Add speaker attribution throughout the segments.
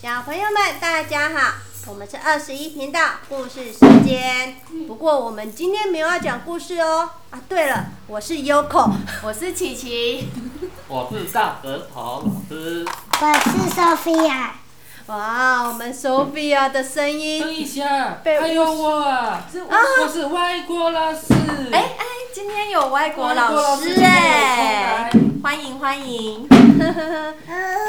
Speaker 1: 小朋友们，大家好，我们是二十一频道故事时间。不过我们今天没有要讲故事哦。啊，对了，我是 Yoko，
Speaker 2: 我是琪琪，
Speaker 3: 我是大舌头老师，
Speaker 4: 我是 Sophia，
Speaker 1: 哇，我们 Sophia 的声
Speaker 3: 等
Speaker 1: 音，
Speaker 3: 一下，
Speaker 1: 被
Speaker 2: 哎
Speaker 3: 还有我啊，
Speaker 2: 是我。
Speaker 3: 我是外国老师，
Speaker 2: 哎哎，今天有外国老师
Speaker 3: 外
Speaker 2: 哎，欢迎欢 迎。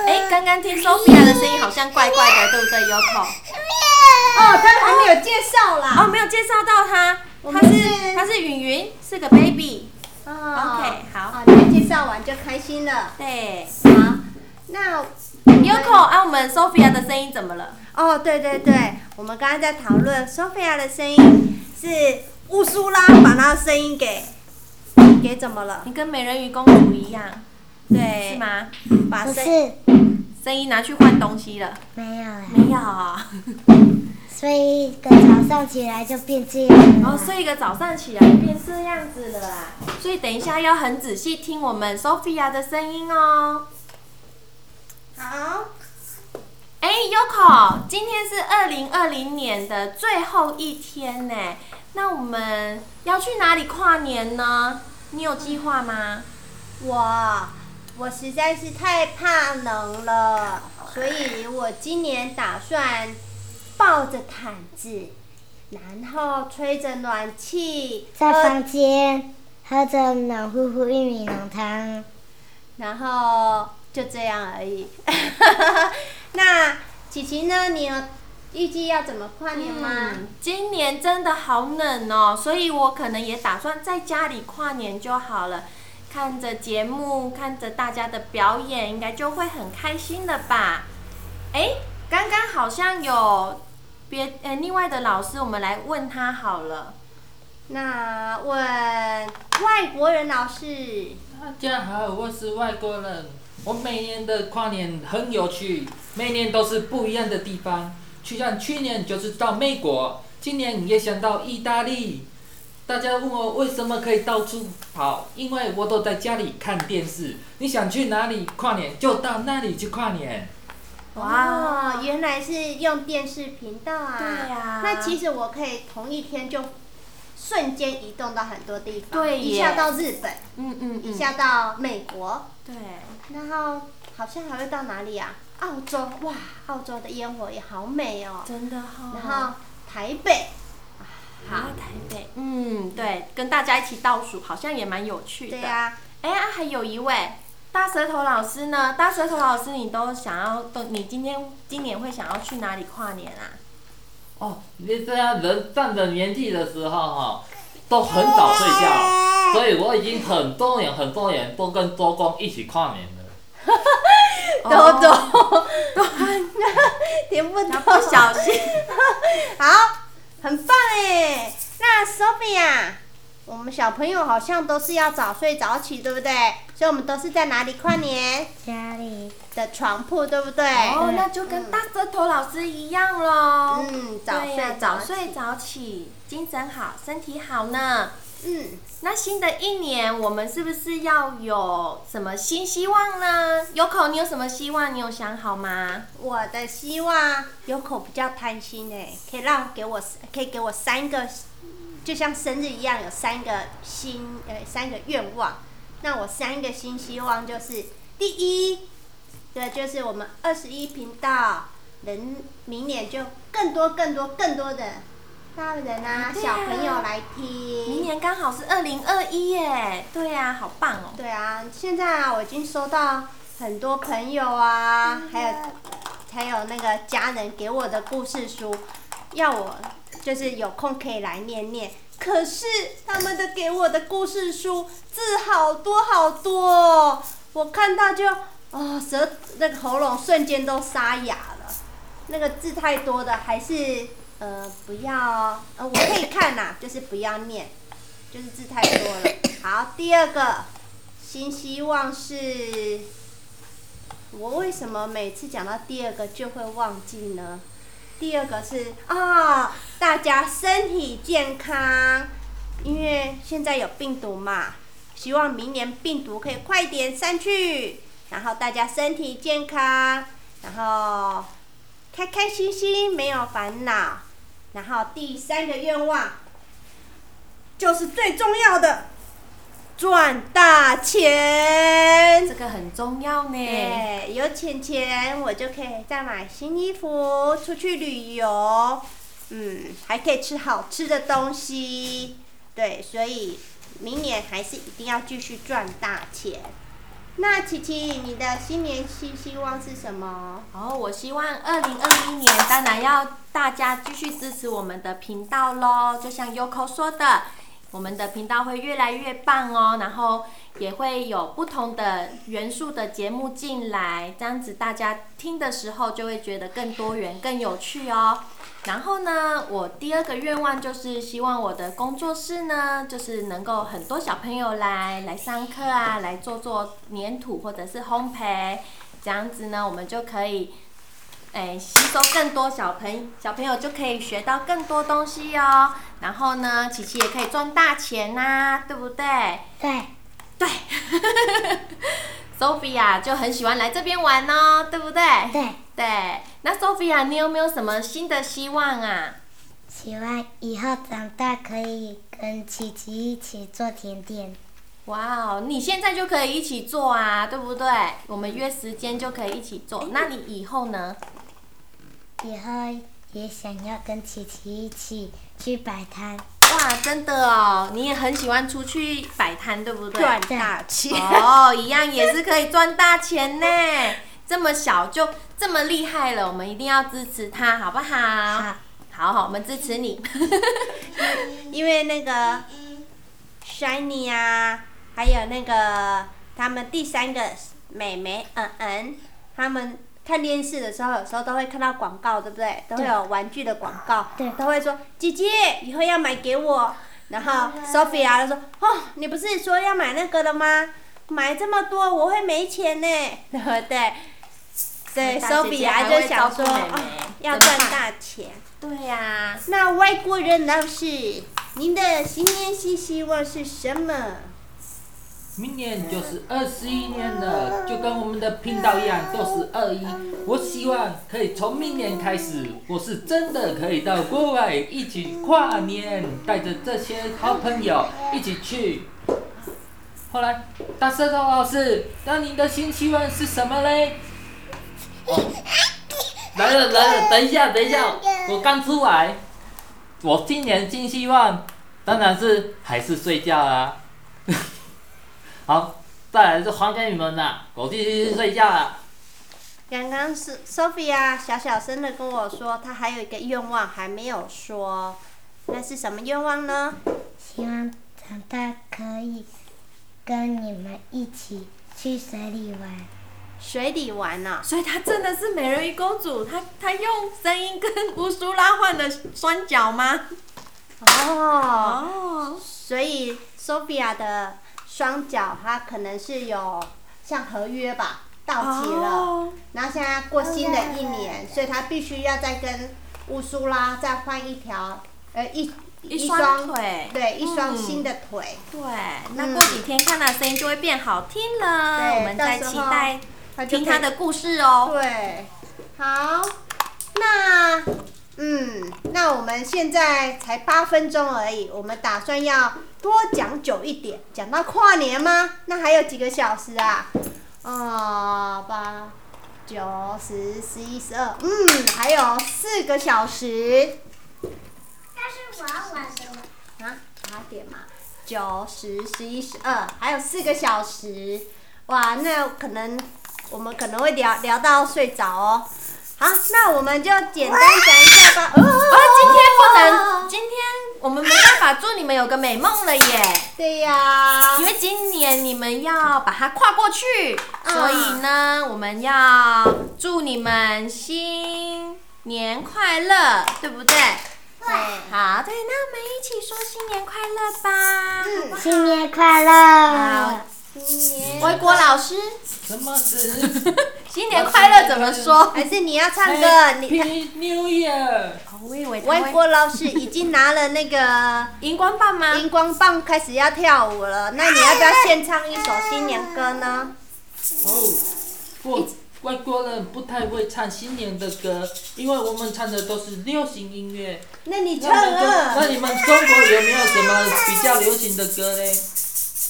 Speaker 2: 哎，刚刚听 Sophia 的声音好像怪怪的，对不对，Yoko？
Speaker 1: 哦，他还没有介绍啦。
Speaker 2: 哦，没有介绍到他，他
Speaker 1: 们
Speaker 2: 是他是云云，是个 baby。
Speaker 1: 哦
Speaker 2: OK，好，
Speaker 1: 好，你介绍完就开心了。
Speaker 2: 对
Speaker 1: 好，那
Speaker 2: ，Yoko 啊，我们 Sophia 的声音怎么了？
Speaker 1: 哦，对对对，我们刚刚在讨论 Sophia 的声音是乌苏拉把她的声音给给怎么了？
Speaker 2: 你跟美人鱼公主一样，
Speaker 1: 对，
Speaker 2: 是？吗？
Speaker 1: 把
Speaker 4: 不
Speaker 1: 声
Speaker 4: 是
Speaker 1: 音
Speaker 2: 声音拿去换东西了？
Speaker 4: 没有啦，
Speaker 2: 没有啊。
Speaker 4: 所以一个早上起来就变这样
Speaker 2: 然
Speaker 4: 了
Speaker 2: 后
Speaker 4: 啦。
Speaker 2: 睡哦一个早上起来变这样子的啦，所以等一下要很仔细听我们 Sophia 的声音哦。
Speaker 1: 好，
Speaker 2: 哎，Yoko，今天是二零二零年的最后一天呢，那我们要去哪里跨年呢？你有计划吗？
Speaker 1: 我我实在是太怕冷了，所以我今年打算抱着毯子，然后吹着暖气，
Speaker 4: 在
Speaker 1: 呃
Speaker 4: 房间喝着暖乎乎玉米浓汤，
Speaker 1: 然后就这样而已。 那琪琪呢？你有预计要怎么跨年吗？
Speaker 2: 嗯，今年真的好冷哦，所以我可能也打算在家里跨年就好了。看着节目，看着大家的表演，应该就会很开心的吧？哎，刚刚好像有别呃另外的老师，我们来问他好了。
Speaker 1: 那问外国人老师，
Speaker 3: 大家好，我是外国人。我每年的跨年很有趣，每年都是不一样的地方。就像去年就是到美国，今年也想到意大利。大家问我为什么可以到处跑，因为我都在家里看电视。你想去哪里跨年，就到那里去跨年。
Speaker 1: 哦，原来是用电视频道啊！
Speaker 2: 对呀
Speaker 1: 那其实我可以同一天就瞬间移动到很多地方，
Speaker 2: 对耶
Speaker 1: 一下到日本，
Speaker 2: 嗯嗯
Speaker 1: 一
Speaker 2: 嗯，
Speaker 1: 下到美国，
Speaker 2: 对，
Speaker 1: 然后好像还会到哪里啊？澳洲，哇，澳洲的烟火也好美哦。
Speaker 2: 真的哈、
Speaker 1: 然后台北，
Speaker 2: 好台北，嗯，对，跟大家一起倒数，好像也蛮有趣的。
Speaker 1: 对呀、
Speaker 2: 哎啊，还有一位大舌头老师呢？大舌头老师，你都想要都你今天今年会想要去哪里跨年 啊？
Speaker 3: 哦，你这样人上了年纪的时候哈、都很早睡觉，所以我已经很多年很多年都跟周公一起跨年了。
Speaker 2: 哦
Speaker 1: 都都听不
Speaker 2: 要
Speaker 1: 懂，
Speaker 2: 不小心。
Speaker 1: 好，很棒哎！那 Sophia，我们小朋友好像都是要早睡早起，对不对？所以我们都是在哪里跨年
Speaker 4: 家里
Speaker 1: 的床铺，对不对？
Speaker 2: 哦，那就跟大舌头老师一样喽。
Speaker 1: 嗯，早
Speaker 2: 对呀
Speaker 1: 睡
Speaker 2: 早
Speaker 1: 起
Speaker 2: 睡。早起，精神好，身体好呢。
Speaker 1: 嗯，
Speaker 2: 那新的一年，我们是不是要有什么新希望呢？有口，你有什么希望？你有想好吗？
Speaker 1: 我的希望有口比较贪心哎，可以让给我可以给我三个，就像生日一样有三个新呃三个愿望。那我三个新希望就是第一，对，就是我们二十一频道人明年就更多更多更多的大人啊
Speaker 2: 对啊
Speaker 1: 小朋友来听。
Speaker 2: 明年刚好是二零二一耶，对呀、好棒哦。
Speaker 1: 对啊，现在啊，我已经收到很多朋友啊，还有还有那个家人给我的故事书，要我就是有空可以来念念。可是他们的给我的故事书字好多好多、哦，我看到就哦，舌那个喉咙瞬间都沙哑了。那个字太多的，还是呃不要、哦，呃我可以看啦、就是不要念，就是字太多了。好，第二个新希望是，我为什么每次讲到第二个就会忘记呢？第二个是啊、大家身体健康，因为现在有病毒嘛，希望明年病毒可以快点散去，然后大家身体健康，然后星星，没有烦恼。然后第三个愿望就是最重要的，赚大钱
Speaker 2: 这。个很重要呢。
Speaker 1: 对，有钱钱我就可以再买新衣服，出去旅游，嗯，还可以吃好吃的东西。对，所以明年还是一定要继续赚大钱。那琪琪，你的新年新希望是什么？
Speaker 2: 然后我希望二零二一年，当然要大家继续支持我们的频道喽。就像 Yoko 说的，我们的频道会越来越棒哦，然后也会有不同的元素的节目进来，这样子大家听的时候就会觉得更多元、更有趣哦。然后呢，我第二个愿望就是希望我的工作室呢，就是能够很多小朋友来来上课啊，来做做粘土或者是烘焙，这样子呢，我们就可以，哎，吸收更多小朋小朋友就可以学到更多东西哦。然后呢，琪琪也可以赚大钱呐、对不对？
Speaker 4: 对，
Speaker 2: 对 ，Sophia 就很喜欢来这边玩哦，对不对？
Speaker 4: 对，
Speaker 2: 对，那 Sophia，你有没有什么新的希望啊？
Speaker 4: 希望以后长大可以跟琪琪一起做甜点。
Speaker 2: 哇哦，你现在就可以一起做啊，对不对？我们约时间就可以一起做。那你以后呢？
Speaker 4: 以后也想要跟琪琪一起去摆摊。
Speaker 2: 哇，真的哦，你也很喜欢出去摆摊，对不对？
Speaker 1: 赚大钱。
Speaker 2: 哦，一样也是可以赚大钱呢。这么小就这么厉害了，我们一定要支持他，好不好？
Speaker 4: 好，
Speaker 2: 好好，我们支持你。
Speaker 1: 因为那个 Shiny 啊，还有那个他们第三个美眉嗯嗯，他们看电视的时候，有时候都会看到广告，对不对？都会有玩具的广告，
Speaker 4: 对
Speaker 1: 都会说姐姐以后要买给我。然后 Sophia 就说：“哦，你不是说要买那个的吗？买这么多我会没钱呢， 对不对？”对
Speaker 2: 大姐姐
Speaker 1: ，Sophia
Speaker 2: 还会
Speaker 1: 就想
Speaker 2: 照
Speaker 1: 说、
Speaker 2: 顾妹妹
Speaker 1: 哦要
Speaker 2: 怎么
Speaker 1: 赚大
Speaker 2: 办
Speaker 1: 钱。
Speaker 2: 对呀、
Speaker 1: 那外国人老师，您的新年新希望是什么？
Speaker 3: 明年就是二十一年了，就跟我们的频道一样，都是二一。我希望可以从明年开始，我是真的可以到国外一起跨年，带着这些好朋友一起去。后来，大舌头老师，那您的新希望是什么嘞？哦，来了来了，等一下等一下，我刚出来。我今年新希望当然是还是睡觉啊。好，再来就还给你们啦，我继续睡觉了。
Speaker 1: 刚刚是 Sophia 小小声的跟我说，她还有一个愿望还没有说，那是什么愿望呢？
Speaker 4: 希望长大可以跟你们一起去水里玩。
Speaker 1: 水里玩啊呢、
Speaker 2: 所以她真的是美人鱼公主，她她用声音跟乌苏拉换了双脚吗？
Speaker 1: 哦，
Speaker 2: 哦，
Speaker 1: 所以 Sophia 的双脚她可能是有像合约吧到期了。
Speaker 2: 哦
Speaker 1: 然后现在过新的一年，所以他必须要再跟乌苏拉再换一条，呃一
Speaker 2: 一
Speaker 1: 双
Speaker 2: 双腿
Speaker 1: 对，一双
Speaker 2: 嗯
Speaker 1: 新的腿。
Speaker 2: 对，那过几天看她的声音就会变好听了，
Speaker 1: 对
Speaker 2: 我们再
Speaker 1: 到时
Speaker 2: 期
Speaker 1: 候
Speaker 2: 待
Speaker 1: 他就
Speaker 2: 听
Speaker 1: 可以
Speaker 2: 她的故事哦。
Speaker 1: 对，好，那嗯，那我们现在才八分钟而已，我们打算要多讲久一点，讲到跨年吗？那还有几个小时啊？哦，八、九、十、十一、十二，嗯，还有四个小时。
Speaker 4: 那是玩玩的吗？
Speaker 1: 啊，八点嘛，九、十、十一、十二，还有四个小时，哇，那可能我们可能会聊聊到睡着哦。好，那我们就简单讲一下吧。哦，
Speaker 2: 啊，今天不能，今天我们没办法祝你们有个美梦了耶，
Speaker 1: 对呀、
Speaker 2: 因为今年你们要把它跨过去，
Speaker 1: 嗯
Speaker 2: 所以呢，我们要祝你们新年快乐，对不对？
Speaker 1: 对，
Speaker 2: 好，对，那我们一起说新年快乐吧。
Speaker 4: 新年快乐！
Speaker 1: 新年
Speaker 2: 微国老师，
Speaker 3: 什么是
Speaker 2: 新年快乐怎么说？
Speaker 1: 还是你要唱
Speaker 4: 哎
Speaker 1: 歌？你
Speaker 3: Happy New Year？
Speaker 2: 我以为他
Speaker 1: 外
Speaker 2: 会
Speaker 1: 国老师已经拿了那个
Speaker 2: 荧光棒吗？
Speaker 1: 荧光棒，开始要跳舞哎了。那你要不要献唱一首新年歌呢？
Speaker 3: 哦，我外国人不太会唱新年的歌，因为我们唱的都是流行音乐。
Speaker 1: 那你唱
Speaker 3: 那你们中那
Speaker 1: 啊，
Speaker 3: 你们中国有没有什么比较流行的歌嘞？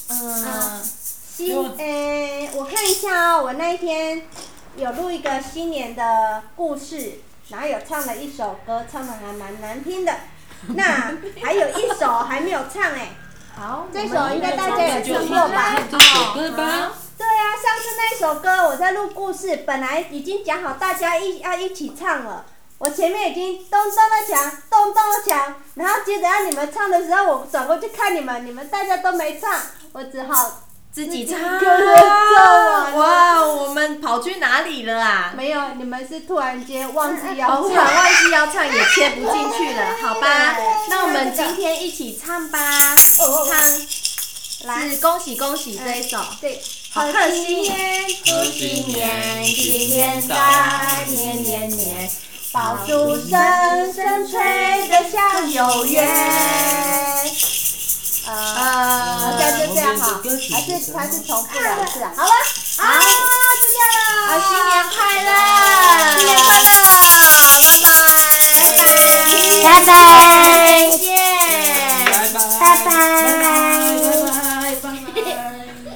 Speaker 2: 嗯，
Speaker 1: 新诶、我看一下哦，我那一天有录一个新年的故事，然后有唱了一首歌，唱的还蛮难听的。那还有一首还没有唱哎、
Speaker 2: 好，
Speaker 1: 这
Speaker 2: 我
Speaker 1: 首
Speaker 2: 们
Speaker 1: 应该大家
Speaker 3: 那
Speaker 1: 也
Speaker 3: 就
Speaker 1: 听
Speaker 3: 一起
Speaker 1: 过吧？
Speaker 3: 唱这首歌吧。
Speaker 1: 对啊，上次那首歌我在录故事，本来已经讲好大家一要一起唱了。我前面已经咚咚的响，咚咚的响，然后接着让你们唱的时候，我转过去看你们，你们大家都没唱，我只好
Speaker 2: 自己
Speaker 1: 己
Speaker 2: 唱
Speaker 1: 唱，哇
Speaker 2: 哇，我们跑去哪里了啊？
Speaker 1: 没有。你们是突然间忘记要
Speaker 2: 哦，突
Speaker 1: 唱
Speaker 2: 然，忘记要唱，也切不进去了，好吧
Speaker 1: 对？
Speaker 2: 那我们今天一起唱吧，唱
Speaker 1: 来
Speaker 2: 是恭喜恭喜这一首。
Speaker 1: 对，
Speaker 2: 好
Speaker 1: 可
Speaker 2: 可
Speaker 1: 惜
Speaker 2: 惜耶！
Speaker 3: 祝新年
Speaker 1: 新年大年年年，爆竹声声吹得像有月。呃，
Speaker 2: 呃
Speaker 1: 大家
Speaker 3: 嗯
Speaker 1: 就这样哈，还是还是重复两次啊？好了，好，
Speaker 2: 啊
Speaker 1: 就这样了，
Speaker 2: 新年快乐！
Speaker 1: 新年快乐，拜拜，拜拜。